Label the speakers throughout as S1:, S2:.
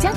S1: 江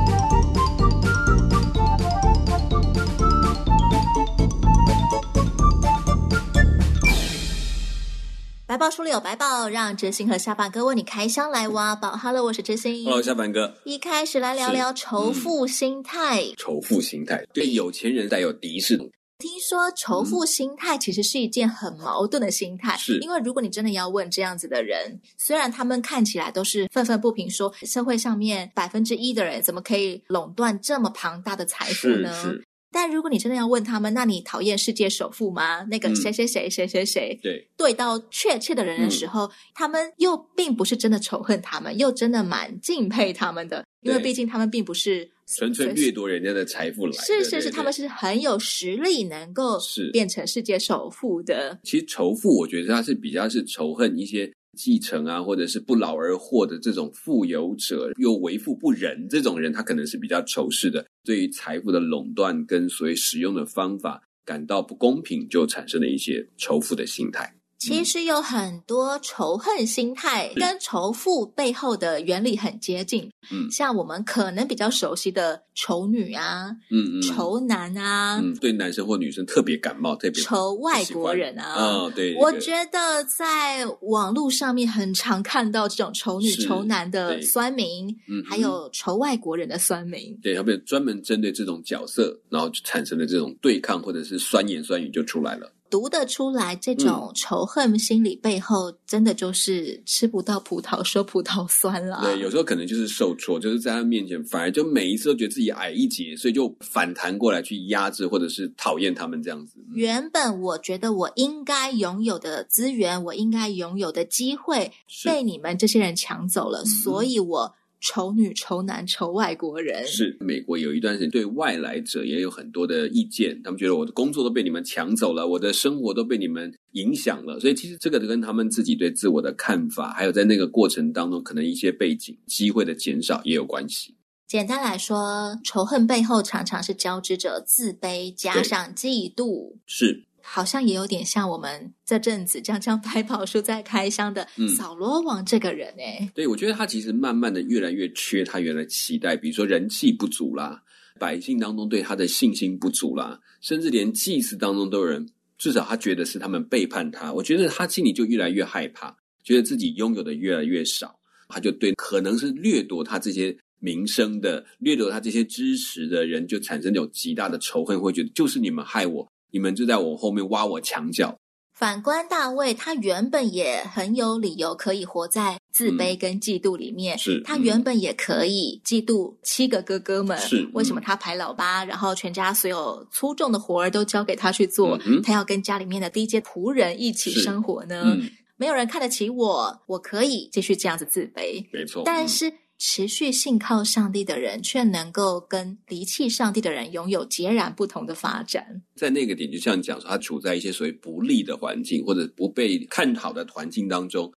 S2: 白宝书里有白宝，让知心和下巴哥为你开箱来挖宝。Hello，我是知心。
S3: Hello，下凡哥。
S2: 一开始来聊聊仇富心态。
S3: 仇富心态对有钱人带有敌视，
S2: 听说仇富心态其实是一件很矛盾的心态，
S3: 是
S2: 因为如果你真的要问这样子的人，虽然他们看起来都是愤愤不平说，社会上面百分之一的人怎么可以垄断这么庞大的财富
S3: 是
S2: 呢？
S3: 是，
S2: 但如果你真的要问他们，那你讨厌世界首富吗？那个
S3: 嗯
S2: 谁谁谁谁谁谁，
S3: 对，
S2: 对到确切的
S3: 嗯
S2: 人的时候，他们又并不是真的仇恨他们，又真的蛮敬佩他们的，因为
S3: 对
S2: 毕竟他们并不是
S3: 纯粹掠夺人家的财富来的。
S2: 是是
S3: 对
S2: 是，他们。
S3: 对
S2: 是很有实力能够
S3: 是
S2: 变成世界首富的。
S3: 其实仇富，我觉得他是比较是仇恨一些继承啊，或者是不劳而获的这种富有者，又为富不仁这种人，他可能是比较仇视的，对于财富的垄断跟所谓使用的方法感到不公平，就产生了一些仇富的心态。
S2: 其实有很多仇恨心态跟仇富背后的原理很接近，
S3: 嗯
S2: 像我们可能比较熟悉的仇女啊、
S3: 嗯嗯，
S2: 仇男啊、
S3: 嗯，对男生或女生特别感冒，特别
S2: 仇外国人
S3: 啊、
S2: 啊。
S3: 对，
S2: 我
S3: 这个
S2: 觉得在网络上面很常看到这种仇女、
S3: 是
S2: 仇男的
S3: 对
S2: 酸民，
S3: 嗯
S2: 还有仇外国人的酸民。
S3: 对，他们专门针对这种角色，然后就产生了这种对抗或者是酸言酸语就出来了。
S2: 读得出来，
S3: 嗯
S2: 这种仇恨心理背后，真的就是吃不到葡萄说葡萄酸了。啊
S3: 对，有时候可能就是受挫，就是在他面前反而就每一次都觉得自己矮一截，所以就反弹过来去压制或者是讨厌他们这样子。嗯
S2: 原本我觉得我应该拥有的资源，我应该拥有的机会，
S3: 是嗯
S2: 被你们这些人抢走了，所以我仇女、仇男、仇外国人。
S3: 是美国有一段时间对外来者也有很多的意见，他们觉得我的工作都被你们抢走了，我的生活都被你们影响了，所以其实这个跟他们自己对自我的看法，还有在那个过程当中可能一些背景、机会的减少也有关系。
S2: 简单来说，仇恨背后常常是交织着自卑加
S3: 对
S2: 上嫉妒。
S3: 是，
S2: 好像也有点像我们这阵子江江百宝书在开箱的
S3: 嗯
S2: 扫罗王这个人哎、
S3: 对，我觉得他其实慢慢的越来越缺他原来期待，比如说人气不足啦，百姓当中对他的信心不足啦，甚至连祭司当中都有人，至少他觉得是他们背叛他。我觉得他心里就越来越害怕，觉得自己拥有的越来越少，他就对可能是掠夺他这些名声的、掠夺他这些支持的人，就产生有极大的仇恨，会觉得就是你们害我，你们就在我后面挖我墙角。
S2: 反观大卫，他原本也很有理由可以活在自卑跟嫉妒里面。
S3: 嗯是嗯
S2: 他原本也可以嫉妒七个哥哥们，
S3: 是嗯
S2: 为什么他排老八，然后全家所有粗重的活儿都交给他去做，
S3: 嗯哼
S2: 他要跟家里面的低阶仆人一起
S3: 是
S2: 生活呢？
S3: 嗯，
S2: 没有人看得起我，我可以继续这样子自卑。
S3: 没错。
S2: 但
S3: 嗯
S2: 是持续信靠上帝的人，却能够跟离弃上帝的人拥有截然不同的发展。
S3: 在那个点，就像你讲说，他处在一些所谓不利的环境或者不被看好的环境当中。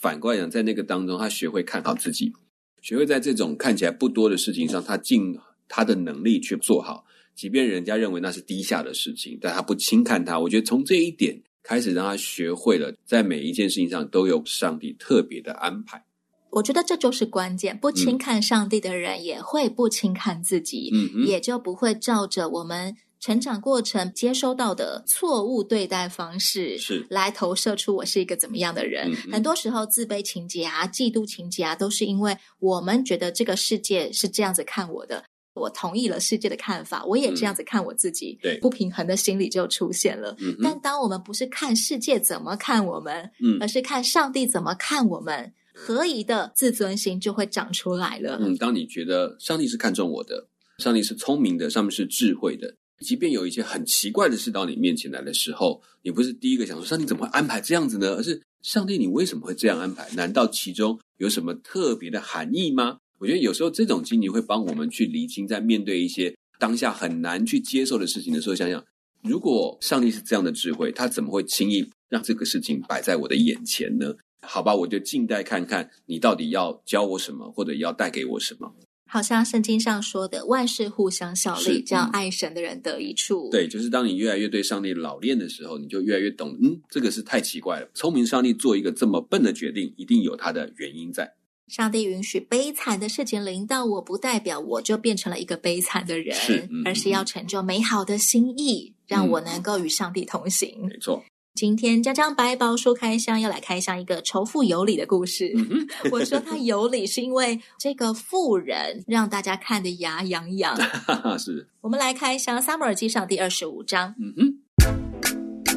S3: 反过来讲，在那个当中，他学会看好自己，学会在这种看起来不多的事情上，他尽他的能力去做好，即便人家认为那是低下的事情，但他不轻看它。我觉得从这一点开始，让他学会了在每一件事情上都有上帝特别的安排。
S2: 我觉得这就是关键，不轻看上帝的人，也会不轻看自己，
S3: 嗯哼，
S2: 也就不会照着我们成长过程接收到的错误对待方式
S3: 是
S2: 来投射出我是一个怎么样的人。
S3: 嗯哼
S2: 很多时候，自卑情节啊、嫉妒情节啊，都是因为我们觉得这个世界是这样子看我的。我同意了世界的看法，我也这样子看我自己，
S3: 嗯对
S2: 不平衡的心理就出现了。
S3: 嗯
S2: 但呃
S3: 哼，
S2: 当我们不是看世界怎么看我们，
S3: 嗯
S2: 而是看上帝怎么看我们，合宜的自尊心就会长出来了。
S3: 嗯，当你觉得上帝是看重我的，上帝是聪明的，上帝是智慧的，即便有一些很奇怪的事到你面前来的时候，你不是第一个想说上帝怎么会安排这样子呢？而是上帝，你为什么会这样安排？难道其中有什么特别的含义吗？我觉得有时候这种经历会帮我们去厘清，在面对一些当下很难去接受的事情的时候，想想如果上帝是这样的智慧，他怎么会轻易让这个事情摆在我的眼前呢？好吧，我就静待看看你到底要教我什么，或者要带给我什么。
S2: 好像圣经上说的，万事互相效力，
S3: 是
S2: 叫
S3: 嗯
S2: 爱神的人得益处。
S3: 对，就是当你越来越对上帝老练的时候，你就越来越懂，嗯，这个是太奇怪了。聪明上帝做一个这么笨的决定，一定有它的原因在。
S2: 上帝允许悲惨的事情临到我，不代表我就变成了一个悲惨的人，
S3: 是嗯
S2: 而是要成就美好的心意，让我
S3: 嗯
S2: 能够与上帝同行。
S3: 没错，
S2: 今天家长百宝书开箱要来开箱一个仇富有理的故事。
S3: 嗯
S2: 我说他有理，是因为这个富人让大家看得牙痒痒。
S3: 哈哈，是，
S2: 我们来开箱《撒母耳记上》第二十五章。
S3: 嗯哼，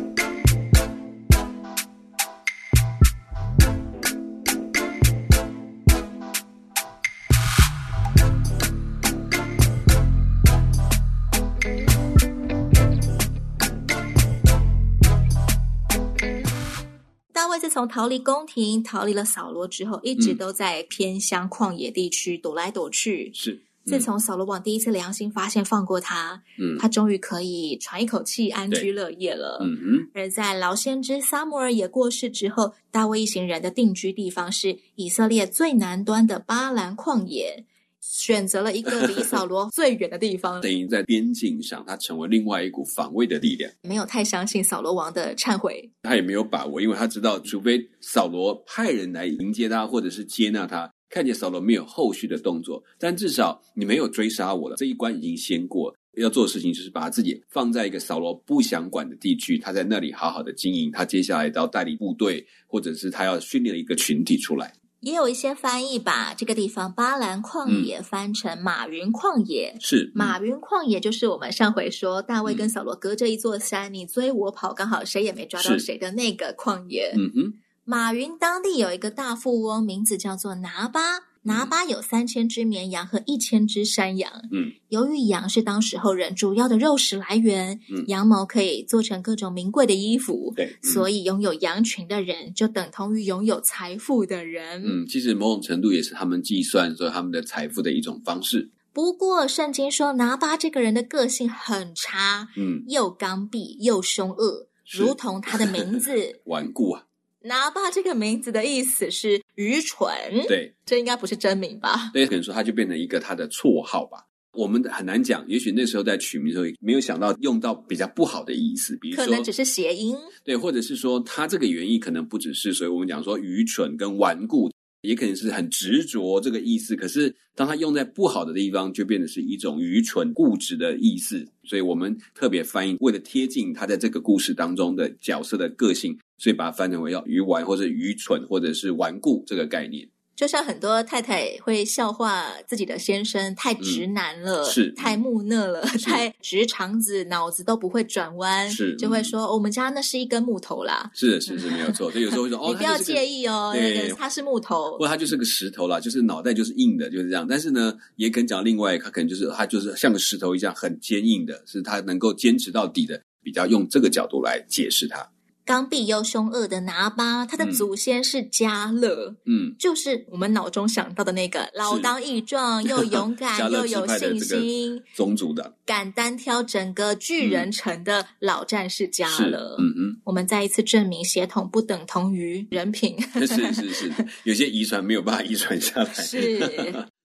S2: 大卫自从逃离宫廷、逃离了扫罗之后，一直
S3: 嗯
S2: 都在偏乡旷野地区躲来躲去。
S3: 是。
S2: 自
S3: 嗯
S2: 从扫罗王第一次良心发现放过他，
S3: 嗯
S2: 他终于可以喘一口气，安居乐业了。
S3: 嗯哼，
S2: 而在老先知撒母耳也过世之后，大卫一行人的定居地方是以色列最南端的巴兰旷野，选择了一个离扫罗最远的地 方。
S3: 等于在边境上，他成为另外一股防卫的力量。
S2: 没有太相信扫罗王的忏悔，
S3: 他也没有把握，因为他知道，除非扫罗派人来迎接他，或者是接纳他，看见扫罗没有后续的动作，但至少你没有追杀我了，这一关已经先过。要做的事情就是把自己放在一个扫罗不想管的地区，他在那里好好的经营，他接下来到代理部队，或者是他要训练一个群体出来。
S2: 也有一些翻译把这个地方巴兰旷
S3: 嗯
S2: 野翻成马云旷野。
S3: 是
S2: 马云旷野就是我们上回说大卫跟
S3: 嗯
S2: 扫罗隔着一座山，你追我跑，刚好谁也没抓到
S3: 是
S2: 谁的那个旷野。
S3: 嗯哼，
S2: 马云当地有一个大富翁，名字叫做拿巴。拿巴有三千只绵羊和一千只山羊。
S3: 嗯，
S2: 由于羊是当时候人主要的肉食来源，
S3: 嗯
S2: 羊毛可以做成各种名贵的衣服，
S3: 对，嗯
S2: 所以拥有羊群的人就等同于拥有财富的人。
S3: 嗯，其实某种程度也是他们计算说他们的财富的一种方式。
S2: 不过，圣经说拿巴这个人的个性很差，
S3: 嗯，
S2: 又刚愎又凶恶，
S3: 是。
S2: 如同他的名字
S3: 顽固啊，
S2: 拿巴这个名字的意思是愚蠢，
S3: 对，
S2: 这应该不是真名吧？
S3: 那可能说它就变成一个它的绰号吧。我们很难讲，也许那时候在取名的时候也没有想到用到比较不好的意思，比如
S2: 可能只
S3: 说
S2: 是谐音。
S3: 对，或者是说它这个原意可能不只是，所以我们讲说愚蠢跟顽固，也可能是很执着这个意思。可是当它用在不好的地方，就变得是一种愚蠢固执的意思。所以我们特别翻译，为了贴近它在这个故事当中的角色的个性，所以把它翻成为要愚顽或者愚蠢或者是顽固这个概念。
S2: 就像很多太太会笑话自己的先生太直男了，
S3: 嗯是
S2: 太木讷了，
S3: 是
S2: 太直肠子，脑子都不会转弯，
S3: 是
S2: 就会
S3: 嗯
S2: 说、哦我们家那是一根木头啦，
S3: 是是是，没有错。所以有时候会说哦，
S2: 你不要
S3: 它就是个
S2: 介意哦，
S3: 对
S2: 那个它是木头
S3: 不，过它就是个石头啦，就是脑袋就是硬的，就是这样。但是呢，也可能讲另外，它可能就是它就是像个石头一样很坚硬的，是它能够坚持到底的，比较用这个角度来解释它。
S2: 刚愎又凶恶的拿巴，他的
S3: 嗯
S2: 祖先是加勒。
S3: 嗯，
S2: 就是我们脑中想到的那个老当益壮， 又勇
S3: 加
S2: 敢
S3: 勒
S2: 又
S3: 支
S2: 有
S3: 派的
S2: 信
S3: 这个嗯
S2: 心，
S3: 宗族的
S2: 敢单挑整个巨人城的老战士加
S3: 是
S2: 勒。
S3: 嗯嗯。
S2: 我们再一次证明血统不等同于人 品。
S3: 是是是，有些遗传没有办法遗传下来，
S2: 是，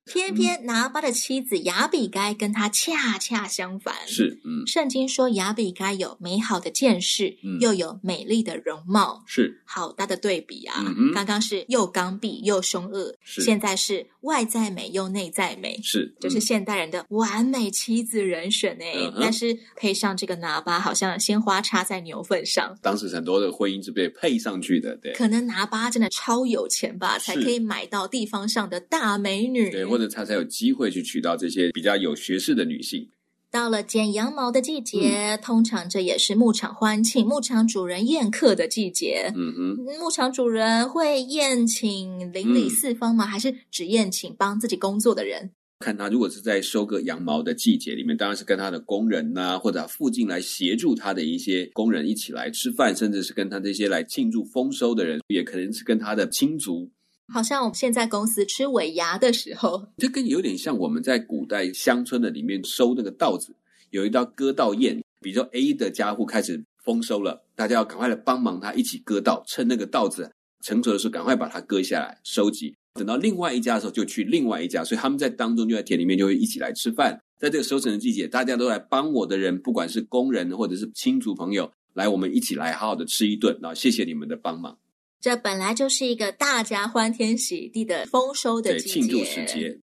S2: 偏偏拿巴的妻子雅比该跟他恰恰相反。，
S3: 是嗯
S2: 圣经说雅比该有美好的见识，
S3: 嗯
S2: 又有美丽的容貌。
S3: 是
S2: 好大的对比啊！
S3: 嗯哼
S2: 刚刚是又刚愎又凶恶，
S3: 是
S2: 现在是外在美又内在美，
S3: 是，
S2: 这
S3: 嗯
S2: 是现代人的完美妻子人选哎、
S3: 嗯哼
S2: 但是配上这个拿巴，好像鲜花插在牛粪上。
S3: 当时很多的婚姻是被配上去的，对
S2: 可能拿巴真的超有钱吧，才
S3: 是
S2: 可以买到地方上的大美女。
S3: 对，或者他才有机会去娶到这些比较有学识的女性。
S2: 到了剪羊毛的
S3: 嗯
S2: 季节，通常这也是牧场欢庆、牧场主人宴客的季节。
S3: 嗯哼，
S2: 牧场主人会宴请邻
S3: 嗯
S2: 里四方吗？还是只宴请帮自己工作的人？
S3: 看他如果是在收割羊毛的季节里面，当然是跟他的工人呐、或者附近来协助他的一些工人一起来吃饭，甚至是跟他这些来庆祝丰收的人，也可能是跟他的亲族。
S2: 好像我们现在公司吃尾牙的时候，
S3: 这跟有点像我们在古代乡村的里面收那个稻子，有一道割稻宴，比如说 A 的家户开始丰收了，大家要赶快来帮忙他一起割稻，趁那个稻子成熟的时候赶快把它割下来收集。等到另外一家的时候，就去另外一家，所以他们在当中就在田里面就会一起来吃饭。在这个收成的季节，大家都来帮我的人，不管是工人或者是亲族朋友，来我们一起来好好的吃一顿啊！谢谢你们的帮忙，
S2: 这本来就是一个大家欢天喜地的丰收的
S3: 对，
S2: 季节，
S3: 庆祝时节，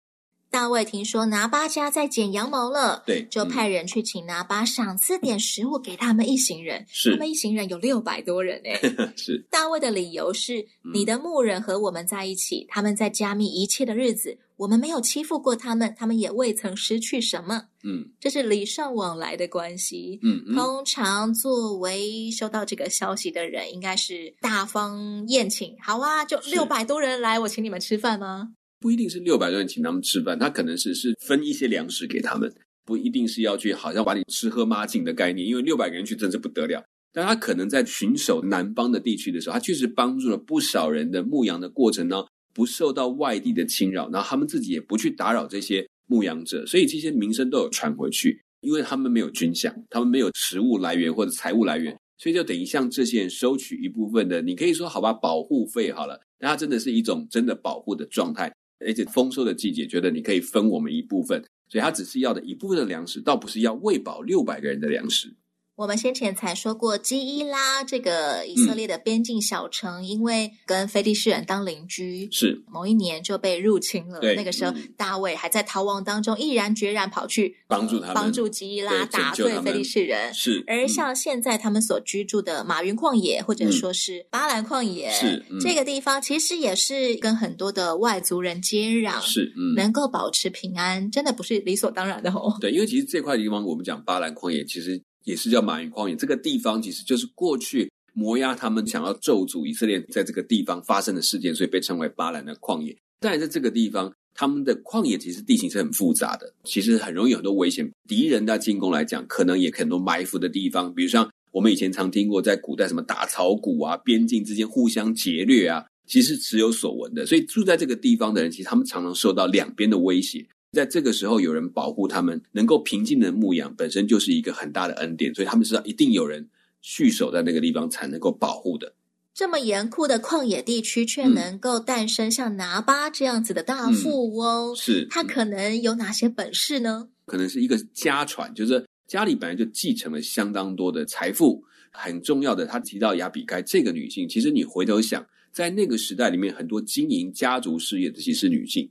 S2: 大卫听说拿巴家在剪羊毛了，
S3: 对，
S2: 就派
S3: 嗯、
S2: 人去请拿巴赏赐点食物给他们一行人。 他
S3: 是
S2: 们一行人有六百多人 诶。
S3: 是
S2: 大卫的理由是：
S3: 嗯
S2: 你的牧人和我们在一起，他们在加密一切的日子，我们没有欺负过他们，他们也未曾失去什么。
S3: 嗯
S2: 这是礼尚往来的关系。
S3: 嗯嗯，
S2: 通常作为收到这个消息的人，应该是大方宴请。好啊，就是六百多人来，我请你们吃饭吗？
S3: 不一定是六百多人请他们吃饭，他可能是是分一些粮食给他们，不一定是要去好像把你吃喝抹净的概念，因为六百个人去真是不得了。但他可能在巡守南方的地区的时候，他确实帮助了不少人的牧羊的过程呢，不受到外敌的侵扰，然后他们自己也不去打扰这些牧羊者，所以这些名声都有传回去，因为他们没有军饷，他们没有食物来源或者财物来源，所以就等于向这些人收取一部分的，你可以说好吧，保护费好了，那它真的是一种真的保护的状态，而且丰收的季节，觉得你可以分我们一部分，所以他只是要的一部分的粮食，倒不是要喂饱六百个人的粮食。
S2: 我们先前才说过，基伊拉这个以
S3: 嗯
S2: 色列的边境小城，因为跟非利士人当邻居，
S3: 是，
S2: 某一年就被入侵了。
S3: 对
S2: 那个时候
S3: 嗯，
S2: 大卫还在逃亡当中，毅然决然跑去
S3: 帮助他们
S2: 帮助基伊拉
S3: 对
S2: 打
S3: 拯救
S2: 退
S3: 他们
S2: 非利士人。
S3: 是，
S2: 而
S3: 嗯
S2: 像现在他们所居住的马云旷野，或者说是巴兰旷野，
S3: 是嗯
S2: 这个地方其实也是跟很多的外族人接壤，
S3: 是，嗯，
S2: 能够保持平安，真的不是理所当然的哦。
S3: 对，因为其实这块地方我们讲巴兰旷野，其实也是叫马云旷野。这个地方其实就是过去摩押他们想要咒诅以色列在这个地方发生的事件，所以被称为巴兰的旷野。当然，在这个地方，他们的旷野其实地形是很复杂的，其实很容易有很多危险。敌人的进攻来讲，可能也很多埋伏的地方，比如像我们以前常听过，在古代什么打草谷啊，边境之间互相劫掠啊，其实只有所闻的。所以住在这个地方的人，其实他们常常受到两边的威胁。在这个时候，有人保护他们，能够平静的牧羊，本身就是一个很大的恩典，所以他们知道一定有人续守在那个地方才能够保护的。
S2: 这么严酷的旷野地区，却
S3: 嗯
S2: 能够诞生像拿巴这样子的大富翁，
S3: 是，
S2: 他可能有哪些本事呢？
S3: 可能是一个家传，就是家里本来就继承了相当多的财富。很重要的，他提到雅比该这个女性，其实你回头想，在那个时代里面，很多经营家族事业的其实是女性，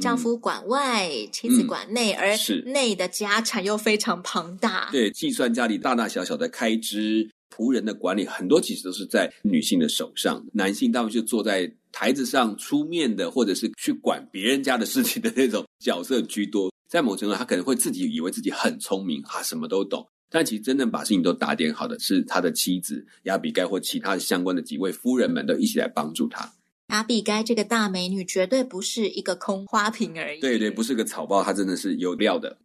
S2: 丈夫管外，妻子管内，而
S3: 嗯是
S2: 内的家产又非常庞大。
S3: 对，计算家里大大小小的开支、仆人的管理，很多其实都是在女性的手上，男性大部分就坐在台子上出面的，或者是去管别人家的事情的那种角色居多。在某程度，上，他可能会自己以为自己很聪明啊，什么都懂，但其实真正把事情都打点好的是他的妻子亚比盖或其他相关的几位夫人们都一起来帮助他。
S2: 阿比该这个大美女绝对不是一个空花瓶而已。
S3: 对对，不是个草包，他真的是有料的。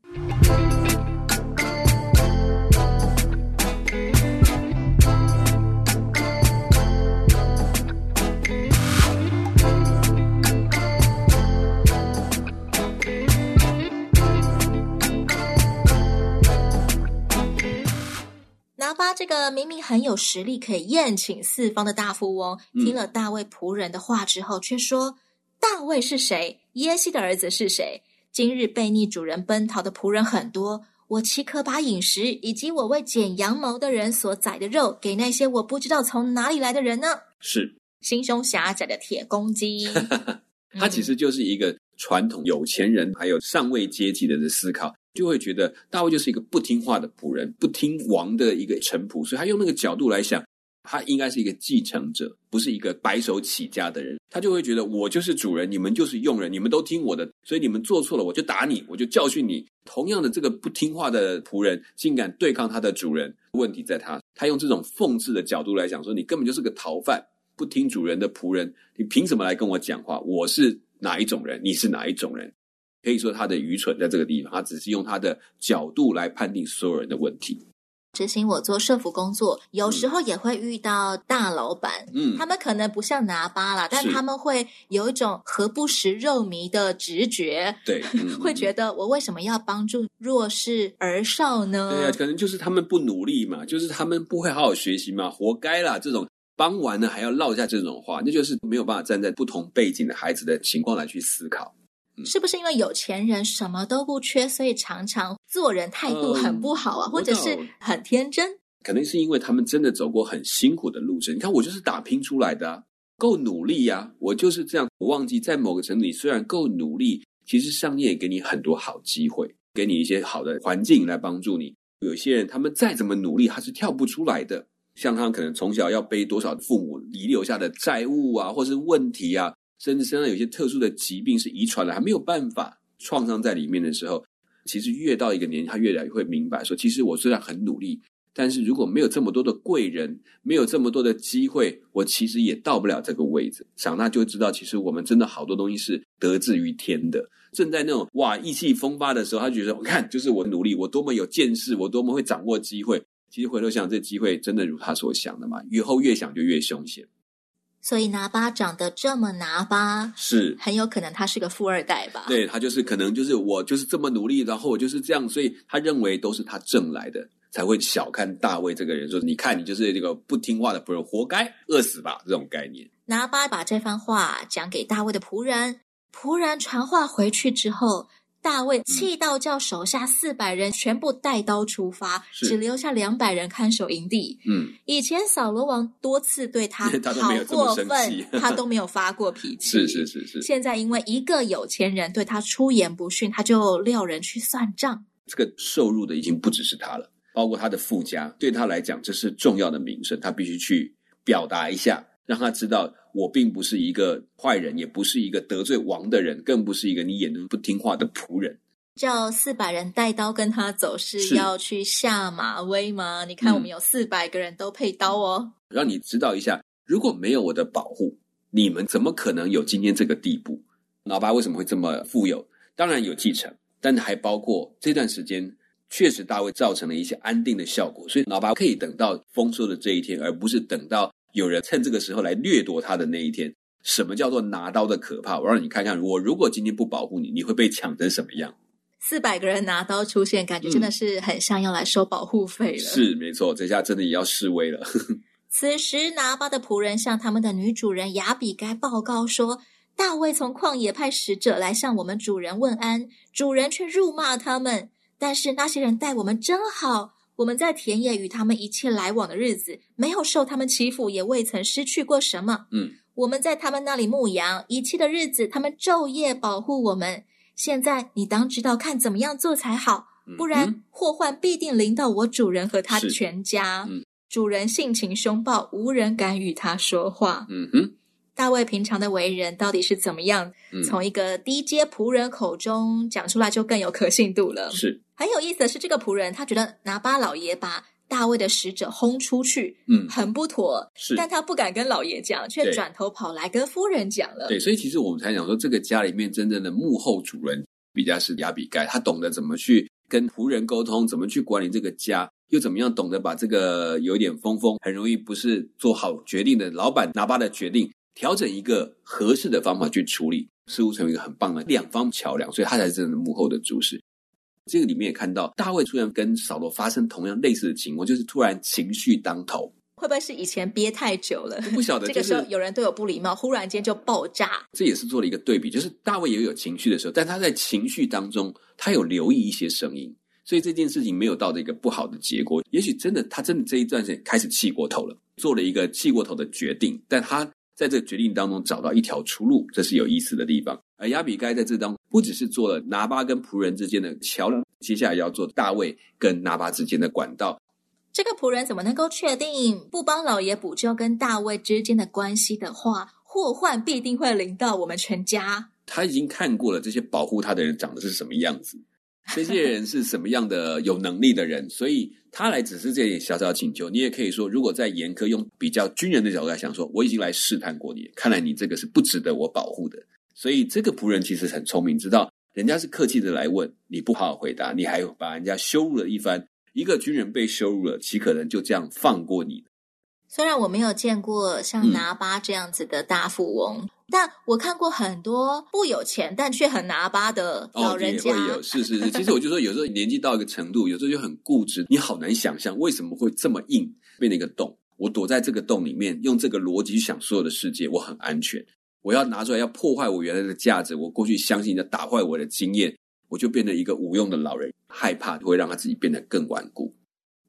S2: 拿巴这个明明很有实力，可以宴请四方的大富翁，
S3: 嗯
S2: 听了大卫仆人的话之后，却说：“大卫是谁？耶西的儿子是谁？今日悖逆主人奔逃的仆人很多，我岂可把饮食以及我为剪羊毛的人所宰的肉，给那些我不知道从哪里来的人呢？”
S3: 是，
S2: 心胸狭窄的铁公 鸡，嗯
S3: 它其实就是一个传统有钱人还有上位阶级的人的思考，就会觉得大卫就是一个不听话的仆人，不听王的一个臣仆，所以他用那个角度来想，他应该是一个继承者，不是一个白手起家的人。他就会觉得我就是主人，你们就是佣人，你们都听我的，所以你们做错了我就打你，我就教训你。同样的，这个不听话的仆人竟敢对抗他的主人，问题在他，他用这种讽刺的角度来讲说，你根本就是个逃犯。不听主人的仆人，你凭什么来跟我讲话？我是哪一种人，你是哪一种人？可以说他的愚蠢在这个地方，他只是用他的角度来判定所有人的问题。
S2: 执行我做社服工作，有时候也会遇到大老板，
S3: 嗯
S2: 他，们可能不像拿巴啦，但
S3: 是
S2: 他们会有一种何不食肉糜的直觉，
S3: 对，嗯
S2: 会觉
S3: 得。
S2: 得我为什么要帮助弱势儿少呢？
S3: 对啊，可能就是他们不努力嘛，就是他们不会好好学习嘛，活该啦！这种帮完呢还要落下这种话，那就是没有办法站在不同背景的孩子的情况来去思考。
S2: 是不是因为有钱人什么都不缺，所以常常做人态度很不好啊，
S3: 嗯
S2: 或者
S3: 我
S2: 是
S3: 懂
S2: 很天真？
S3: 可能是因为他们真的走过很辛苦的路程。你看，我就是打拼出来的、啊，够努力呀、我就是这样。我忘记在某个程度里，虽然够努力，其实上帝也给你很多好机会，给你一些好的环境来帮助你。有一些人，他们再怎么努力，他是跳不出来的。像他们可能从小要背多少父母遗留下的债务啊，或是问题啊，甚至身上有些特殊的疾病是遗传的，还没有办法创伤在里面的时候，其实越到一个年纪，他越来越会明白说，其实我虽然很努力，但是如果没有这么多的贵人，没有这么多的机会，我其实也到不了这个位置。长大就知道，其实我们真的好多东西是得志于天的。正在那种哇意气风发的时候，他就觉得我看就是我努力，我多么有见识，我多么会掌握机会。其实回头想，这机会真的如他所想的嘛？越后越想就越凶险，
S2: 所以拿巴长得这么拿巴，
S3: 是
S2: 很有可能他是个富二代吧？，
S3: 对他就是可能就是我就是这么努力，然后我就是这样，所以他认为都是他挣来的，才会小看大卫这个人，说你看你就是这个不听话的仆人，活该饿死吧这种概念。
S2: 拿巴把这番话讲给大卫的仆人，仆人传话回去之后，大
S3: 嗯
S2: 卫气到叫手下四百人全部带刀出发，
S3: 是
S2: 只留下两百人看守营地。
S3: 嗯，
S2: 以前扫罗王多次对他
S3: 他都
S2: 好
S3: 没有这么
S2: 过
S3: 生气
S2: 分，他都没有发过 脾气。
S3: 是是是是，
S2: 现在因为一个有钱人对他出言不逊，他就撂人去算账。
S3: 这个受辱的已经不只是他了，包括他的附加，对他来讲这是重要的名声，他必须去表达一下，让他知道我并不是一个坏人，也不是一个得罪王的人，更不是一个你眼中不听话的仆人。
S2: 叫四百人带刀跟他走，是
S3: 是
S2: 要去下马威吗？你看，
S3: 嗯
S2: 我们有四百个人都配刀哦。
S3: 让你知道一下，如果没有我的保护，你们怎么可能有今天这个地步？老爸为什么会这么富有？当然有继承，但还包括这段时间确实大卫造成了一些安定的效果，所以老爸可以等到丰收的这一天，而不是等到有人趁这个时候来掠夺他的那一天。什么叫做拿刀的可怕？我让你看看，我如果今天不保护你，你会被抢成什么样？
S2: 四百个人拿刀出现，感觉真的是很像要来收保护费了。
S3: 嗯是没错，这下真的也要示威了。
S2: 此时，拿巴的仆人向他们的女主人雅比该报告说，大卫从旷野派使者来向我们主人问安，主人却辱骂他们。但是那些人待我们真好，我们在田野与他们一切来往的日子，没有受他们欺负，也未曾失去过什么。
S3: 嗯，
S2: 我们在他们那里牧羊，一切的日子，他们昼夜保护我们。现在你当知道看怎么样做才好，
S3: 嗯
S2: 不然祸患必定临到我主人和他
S3: 是
S2: 全家。
S3: 嗯
S2: 主人性情凶暴，无人敢与他说话。
S3: 嗯哼，
S2: 大卫平常的为人到底是怎么样？
S3: 嗯，
S2: 从一个低阶仆人口中讲出来，就更有可信度了。
S3: 是
S2: 很有意思的是，这个仆人他觉得拿巴老爷把大卫的使者轰出去
S3: 嗯
S2: 很不妥，
S3: 是。
S2: 但他不敢跟老爷讲，却
S3: 对
S2: 转头跑来跟夫人讲了。
S3: 对，所以其实我们才讲说，这个家里面真正的幕后主人比较是亚比盖，他懂得怎么去跟仆人沟通，怎么去管理这个家，又怎么样懂得把这个有点风风，很容易不是做好决定的老板拿巴的决定，调整一个合适的方法去处理，似乎成为一个很棒的两方桥梁，所以他才是真正的幕后的主使。这个里面也看到大卫突然跟扫罗发生同样类似的情况，就是突然情绪当头，
S2: 会不会是以前憋太久了？
S3: 不晓得
S2: 这
S3: 就
S2: 个
S3: 是
S2: 时候有人对我不礼貌，忽然间就爆炸。
S3: 这也是做了一个对比，就是大卫也有情绪的时候，但他在情绪当中，他有留意一些声音，所以这件事情没有到的一个不好的结果。也许真的他真的这一段时间开始气过头了，做了一个气过头的决定，但他在这个决定当中找到一条出路，这是有意思的地方。而亚比该在这当中不只是做了拿巴跟仆人之间的桥梁，接下来要做大卫跟拿巴之间的管道，
S2: 这个仆人怎么能够确定不帮老爷补救跟大卫之间的关系的话，祸患必定会临到我们全家？
S3: 他已经看过了这些保护他的人长得是什么样子，这些人是什么样的有能力的人，所以他来只是这点小小请求。你也可以说，如果在严苛用比较军人的角度来想说，我已经来试探过你，看来你这个是不值得我保护的。所以这个仆人其实很聪明，知道人家是客气的来问，你不好好回答，你还把人家羞辱了一番。一个军人被羞辱了，岂可能就这样放过你？
S2: 虽然我没有见过
S3: 嗯
S2: 像拿巴这样子的大富翁，但我看过很多不有钱但却很拿巴的老
S3: 哦，
S2: 人
S3: 也
S2: 家。
S3: 会有，是是是。其实我就说，有时候年纪到一个程度，有时候就很固执，你好难想象为什么会这么硬，变成一个洞。我躲在这个洞里面，用这个逻辑想所有的世界，我很安全。我要拿出来要破坏我原来的价值，我过去相信的打坏我的经验，我就变成一个无用的老人。害怕会让他自己变得更顽固。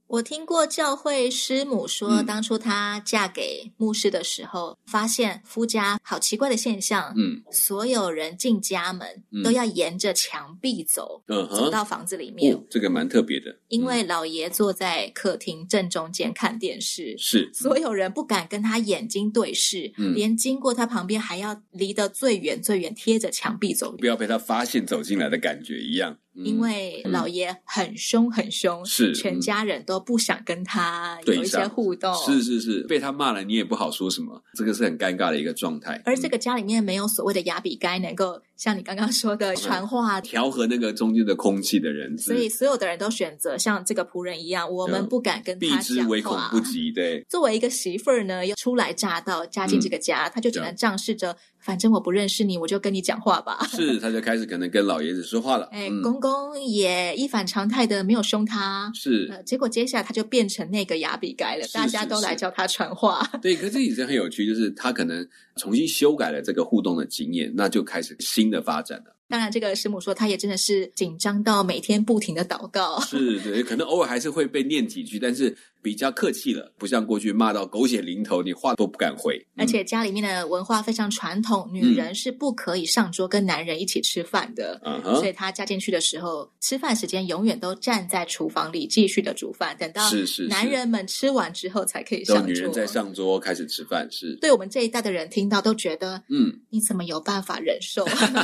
S2: 我听过教会师母说，
S3: 嗯
S2: 当初她嫁给牧师的时候，发现夫家好奇怪的现象，
S3: 嗯
S2: 所有人进家门
S3: 嗯
S2: 都要沿着墙壁走，
S3: 嗯哼
S2: 走，到房子里面，
S3: 哦，这个蛮特别的，
S2: 因
S3: 嗯
S2: 为老爷坐在客厅正中间看电视。
S3: 是
S2: 所有人不敢跟他眼睛对视，
S3: 嗯
S2: 连经过他旁边还要离得最远最远，贴着墙壁走，
S3: 不要被他发现走进来的感觉一样，嗯
S2: 因为
S3: 嗯
S2: 老爷很凶很凶，
S3: 是
S2: 全
S3: 嗯
S2: 家人都不想跟他
S3: 对
S2: 有一些
S3: 上
S2: 互动，
S3: 是是是，被他骂了你也不好说什么，这个是很尴尬的一个状态。
S2: 而这
S3: 嗯
S2: 个家里面没有所谓的雅比该能够像你刚刚说
S3: 嗯
S2: 的传话，
S3: 调和那个中间的空气的人，
S2: 所以所有的人都选择像这个仆人一样，我们
S3: 嗯
S2: 不敢跟
S3: 避
S2: 他
S3: 之
S2: 讲
S3: 唯恐
S2: 话
S3: 不。及。对，
S2: 作为一个媳妇儿呢，又初来乍到，嫁
S3: 嗯
S2: 进这个家，她就只能仗势着，反正我不认识你，我就跟你讲话吧。
S3: 是他就开始可能跟老爷子说话了。
S2: 哎，
S3: 嗯
S2: 公公也一反常态的没有凶她。
S3: 是
S2: 呃，结果接下来她就变成那个雅比该了，
S3: 是
S2: 大家
S3: 是
S2: 都来
S3: 是
S2: 教她传话。
S3: 对，可是这也是很有趣，就是他可能重新修改了这个互动的经验，那就开始新的发展了。
S2: 当然，这个师母说她也真的是紧张到每天不停的祷告。
S3: 是，对，可能偶尔还是会被念几句，但是比较客气了，不像过去骂到狗血淋头，你话都不敢回。
S2: 而
S3: 嗯
S2: 且家里面的文化非常传统，女人是不可以上桌跟男人一起吃饭的。
S3: 嗯
S2: 所以
S3: 哼，
S2: 她嫁进去的时候，吃饭时间永远都站在厨房里继续的煮饭，等到
S3: 是是是
S2: 男人们吃完之后才可以
S3: 然
S2: 上
S3: 后
S2: 桌。
S3: 女人在上桌开始吃饭，是，
S2: 对我们这一代的人听到都觉得，
S3: 嗯，
S2: 你怎么有办法忍受？啊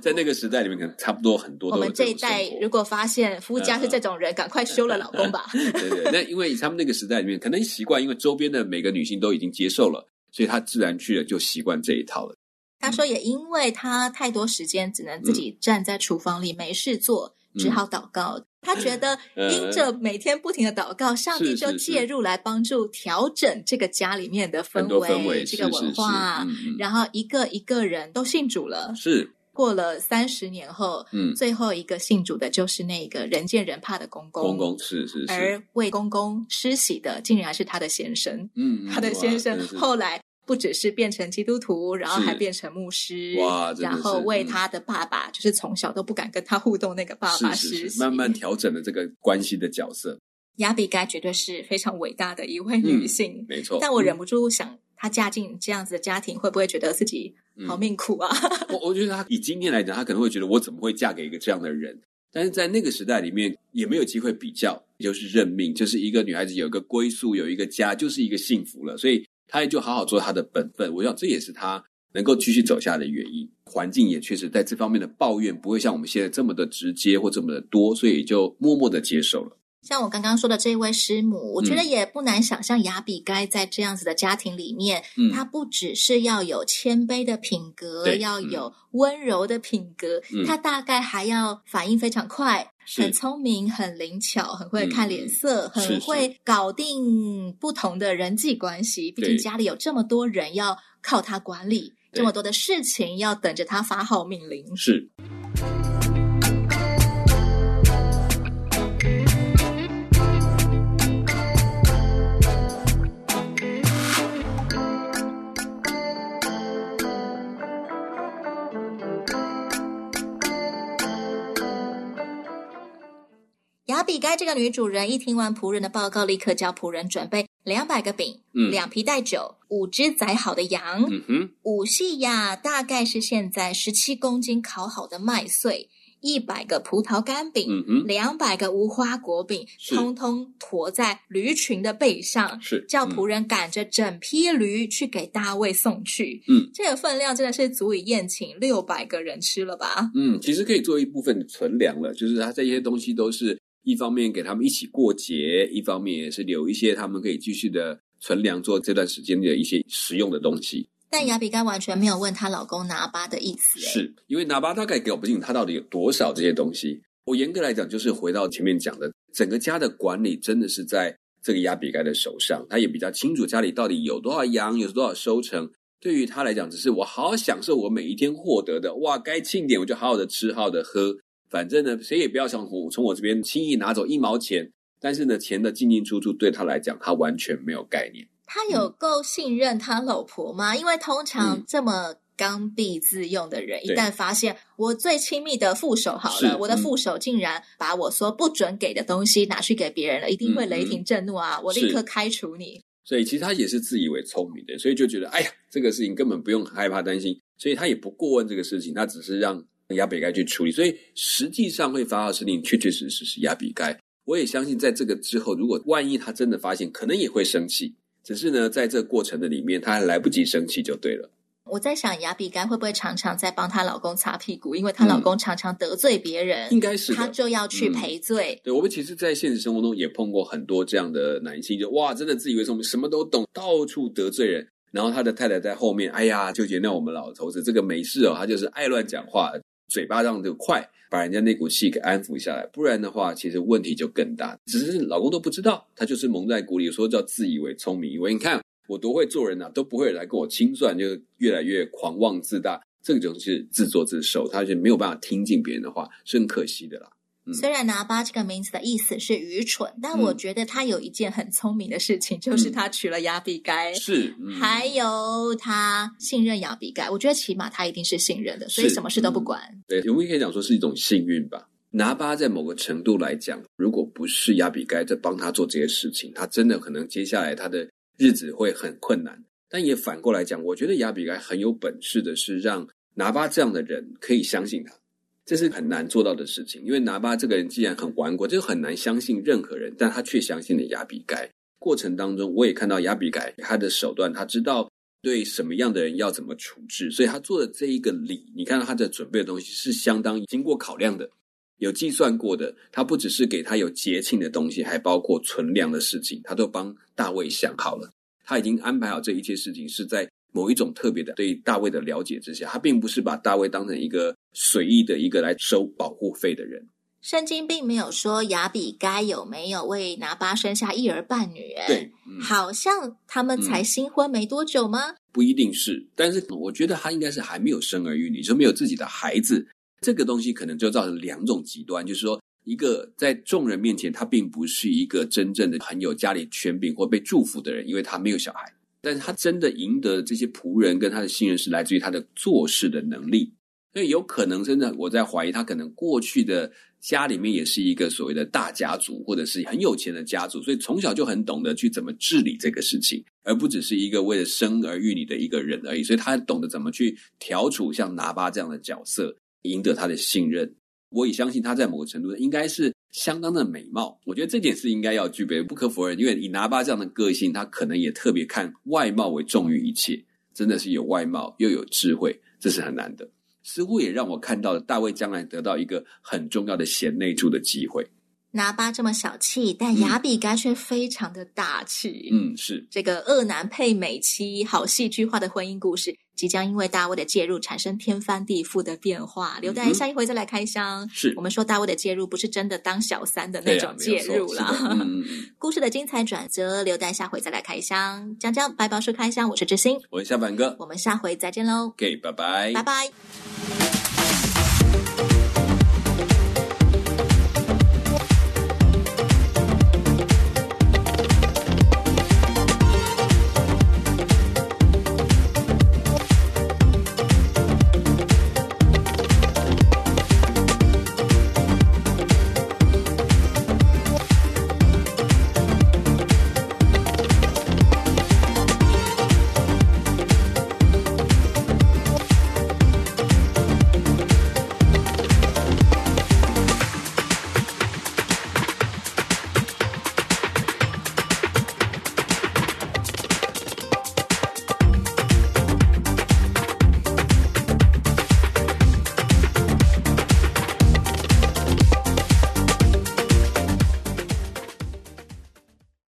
S3: 在那个时代里面，可能差不多很多
S2: 我
S3: 都有
S2: 们这一
S3: 种生
S2: 代
S3: 活嗯
S2: 如果发现夫家是这种人，赶 快休了老公吧。
S3: 对对，那因为他们那个时代里面，可能习惯，因为周边的每个女性都已经接受了，所以她自然去了就习惯这一套了。
S2: 她说，也因为她太多时间只能自己站在厨房里没事做，
S3: 嗯
S2: 只好祷告。她觉 得因着每天不停的祷告，上帝就是
S3: 是
S2: 介入来帮助调整这个家里面的
S3: 很
S2: 氛
S3: 多
S2: 围、
S3: 氛围，
S2: 这个
S3: 是
S2: 文化。
S3: 是是嗯
S2: 然后一个一个人都信主了
S3: 嗯，。是
S2: 过了三十年后，
S3: 嗯，
S2: 最后一个信主的就是那个人见人怕的公公。
S3: 公公是是嗯是，
S2: 而为公公施洗的，竟然是他的先生。
S3: 嗯，嗯
S2: 他的
S3: 哇
S2: 先生
S3: 真是
S2: 后来不只是变成基督徒，然后
S3: 是
S2: 还变成牧师，
S3: 哇真的
S2: 然
S3: 是
S2: 后为
S3: 嗯
S2: 他的爸爸，就是从小都不敢跟他互动那个爸爸
S3: 是
S2: 实习。
S3: 是是，慢慢调整了这个关系的角色，
S2: 雅比该绝对是非常伟大的一位女性，
S3: 没错。
S2: 但我忍
S3: 嗯
S2: 不住想，她嫁进这样子的家庭，会不会觉得自己
S3: 嗯
S2: 好命苦啊？
S3: 我我觉得他以今天来讲，他可能会觉得我怎么会嫁给一个这样的人？但是在那个时代里面，也没有机会比较，也就是认命，就是一个女孩子有一个归宿，有一个家，就是一个幸福了。所以她也就好好做她的本分。我想这也是她能够继续走下的原因。环境也确实在这方面的抱怨不会像我们现在这么的直接或这么的多，所以也就默默的接受了。
S2: 像我刚刚说的这位师母，我
S3: 嗯
S2: 觉得也不难想象，雅比该在这样子的家庭里面，
S3: 嗯，
S2: 她不只是要有谦卑的品格，
S3: 对
S2: 要
S3: 嗯
S2: 有温柔的品格，
S3: 嗯
S2: 她大概还要反应非常快，
S3: 是
S2: 很聪明，很灵巧，很会看脸色，
S3: 嗯
S2: 很
S3: 是
S2: 会搞定不同的人际关系。毕竟
S3: 对
S2: 家里有这么多人要靠她管理，
S3: 对
S2: 这么多的事情要等着她发号命令。
S3: 是
S2: 雅比该这个女主人一听完仆人的报告，立刻叫仆人准备两百个饼、
S3: 嗯
S2: 两皮带酒、五只宰好的羊、
S3: 嗯哼，
S2: 五细亚大概是现在十七公斤烤好的麦穗，一百个葡萄干
S3: 嗯
S2: 饼，
S3: 哼，
S2: 两百、个无花果饼，
S3: 是
S2: 通通驮在驴群的背上，
S3: 是
S2: 叫
S3: 嗯
S2: 仆人赶着整批驴去给大卫送去。
S3: 嗯，
S2: 这个分量真的是足以宴请六百个人吃了吧？
S3: 嗯，其实可以做一部分的存粮了，就是他这些东西都是一方面给他们一起过节，一方面也是留一些他们可以继续的存粮，做这段时间的一些实用的东西。
S2: 但雅比该完全没有问她老公拿巴的意思，哎，
S3: 嗯是因为拿巴大概搞不清楚他到底有多少这些东西。我严格来讲，就是回到前面讲的，整个家的管理真的是在这个亚比该的手上，他也比较清楚家里到底有多少羊，有多少收成。对于他来讲，只是我好好享受我每一天获得的，哇，该庆典我就好好的吃，好好的喝，反正呢，谁也不要想我从我这边轻易拿走一毛钱。但是呢，钱的进进出出对他来讲，他完全没有概念。
S2: 他有够信任他老婆吗？因为通常这么刚愎自用的人，一
S3: 嗯对
S2: 旦发现我最亲密的副手好
S3: 是
S2: 了，我的
S3: 嗯
S2: 副手竟然把我说不准给的东西拿去给别人了，一定会
S3: 嗯
S2: 雷霆震怒啊！我立刻开除你。
S3: 所以其实他也是自以为聪明的，所以就觉得哎呀，这个事情根本不用害怕担心，所以他也不过问这个事情，他只是让亚比该去处理。所以实际上会发生的事情，确确实实是亚比该。我也相信，在这个之后，如果万一他真的发现，可能也会生气。只是呢，在这个过程的里面，他还来不及生气就对了。
S2: 我在想，雅比该会不会常常在帮她老公擦屁股，因为她老公常常得罪别人，
S3: 嗯应该是的
S2: 她就要去
S3: 嗯
S2: 赔罪。
S3: 对我们其实，在现实生活中也碰过很多这样的男性，就哇，真的自以为是我们什么都懂，到处得罪人。然后他的太太在后面，哎呀，就原谅我们老头子，这个没事哦，他就是爱乱讲话，嘴巴上就快，把人家那股气给安抚下来。不然的话，其实问题就更大。只是老公都不知道，他就是蒙在鼓里，有时候叫自以为聪明，以为你看我多会做人啊呐、都不会有人来跟我清算，就越来越狂妄自大。这种是自作自受，他是没有办法听进别人的话，是很可惜的啦。嗯
S2: 虽然拿巴这个名字的意思是愚蠢，但我
S3: 嗯
S2: 觉得他有一件很聪明的事情，就是
S3: 嗯
S2: 他娶了雅比该。
S3: 是，嗯、
S2: 哎还有他信任雅比盖，我觉得起码他一定是信任的，所以
S3: 是
S2: 什么事都不
S3: 嗯
S2: 管。
S3: 对，我们可以讲说是一种幸运吧。拿巴在某个程度来讲，如果不是亚比该在帮他做这些事情，他真的可能接下来他的日子会很困难。但也反过来讲，我觉得亚比该很有本事的是让拿巴这样的人可以相信他，这是很难做到的事情。因为拿巴这个人既然很顽固，就很难相信任何人，但他却相信了亚比该。过程当中，我也看到亚比改他的手段，他知道对什么样的人要怎么处置，所以他做的这一个礼，你看到他的准备的东西是相当经过考量的，有计算过的。他不只是给他有节庆的东西，还包括存粮的事情，他都帮大卫想好了。他已经安排好这一切事情，是在某一种特别的对大卫的了解之下，他并不是把大卫当成一个随意的一个来收保护费的人。
S2: 圣经并没有说雅比该有没有为拿巴生下一儿半女，哎，
S3: 对，嗯。
S2: 好像他们才新婚没多久吗？
S3: 不一定是，但是我觉得他应该是还没有生儿育女，就没有自己的孩子，这个东西可能就造成两种极端，就是说，一个在众人面前他并不是一个真正的很有家里权柄或被祝福的人，因为他没有小孩，但是他真的赢得这些仆人跟他的信任是来自于他的做事的能力，所以有可能真的我在怀疑他可能过去的。家里面也是一个所谓的大家族，或者是很有钱的家族，所以从小就很懂得去怎么治理这个事情。而不只是一个为了生儿育女的一个人而已。所以他懂得怎么去调处像拿巴这样的角色，赢得他的信任。我也相信他在某个程度上应该是相当的美貌。我觉得这点是应该要具备，不可否认。因为以拿巴这样的个性，他可能也特别看外貌为重于一切，真的是有外貌又有智慧，这是很难的。似乎也让我看到了大卫将来得到一个很重要的贤内助的机会。
S2: 拿巴这么小气，但
S3: 嗯
S2: 雅比该却非常的大气。
S3: 嗯，是
S2: 这个恶男配美妻，好戏剧化的婚姻故事，即将因为大卫的介入产生天翻地覆的变化。留
S3: 嗯
S2: 待
S3: 哼
S2: 下一回再来开箱。
S3: 是
S2: 我，们说大卫的介入不是真的当小三的
S3: 对
S2: 那
S3: 啊
S2: 种
S3: 没有
S2: 介
S3: 错
S2: 入
S3: 是
S2: 啦。
S3: 的 嗯嗯嗯，
S2: 故事的精彩转折，留待下回再来开箱。江江白宝书开箱，我是知心，
S3: 我是夏凡哥
S2: 我们下回再见喽，
S3: ，OK，拜拜，
S2: 拜拜。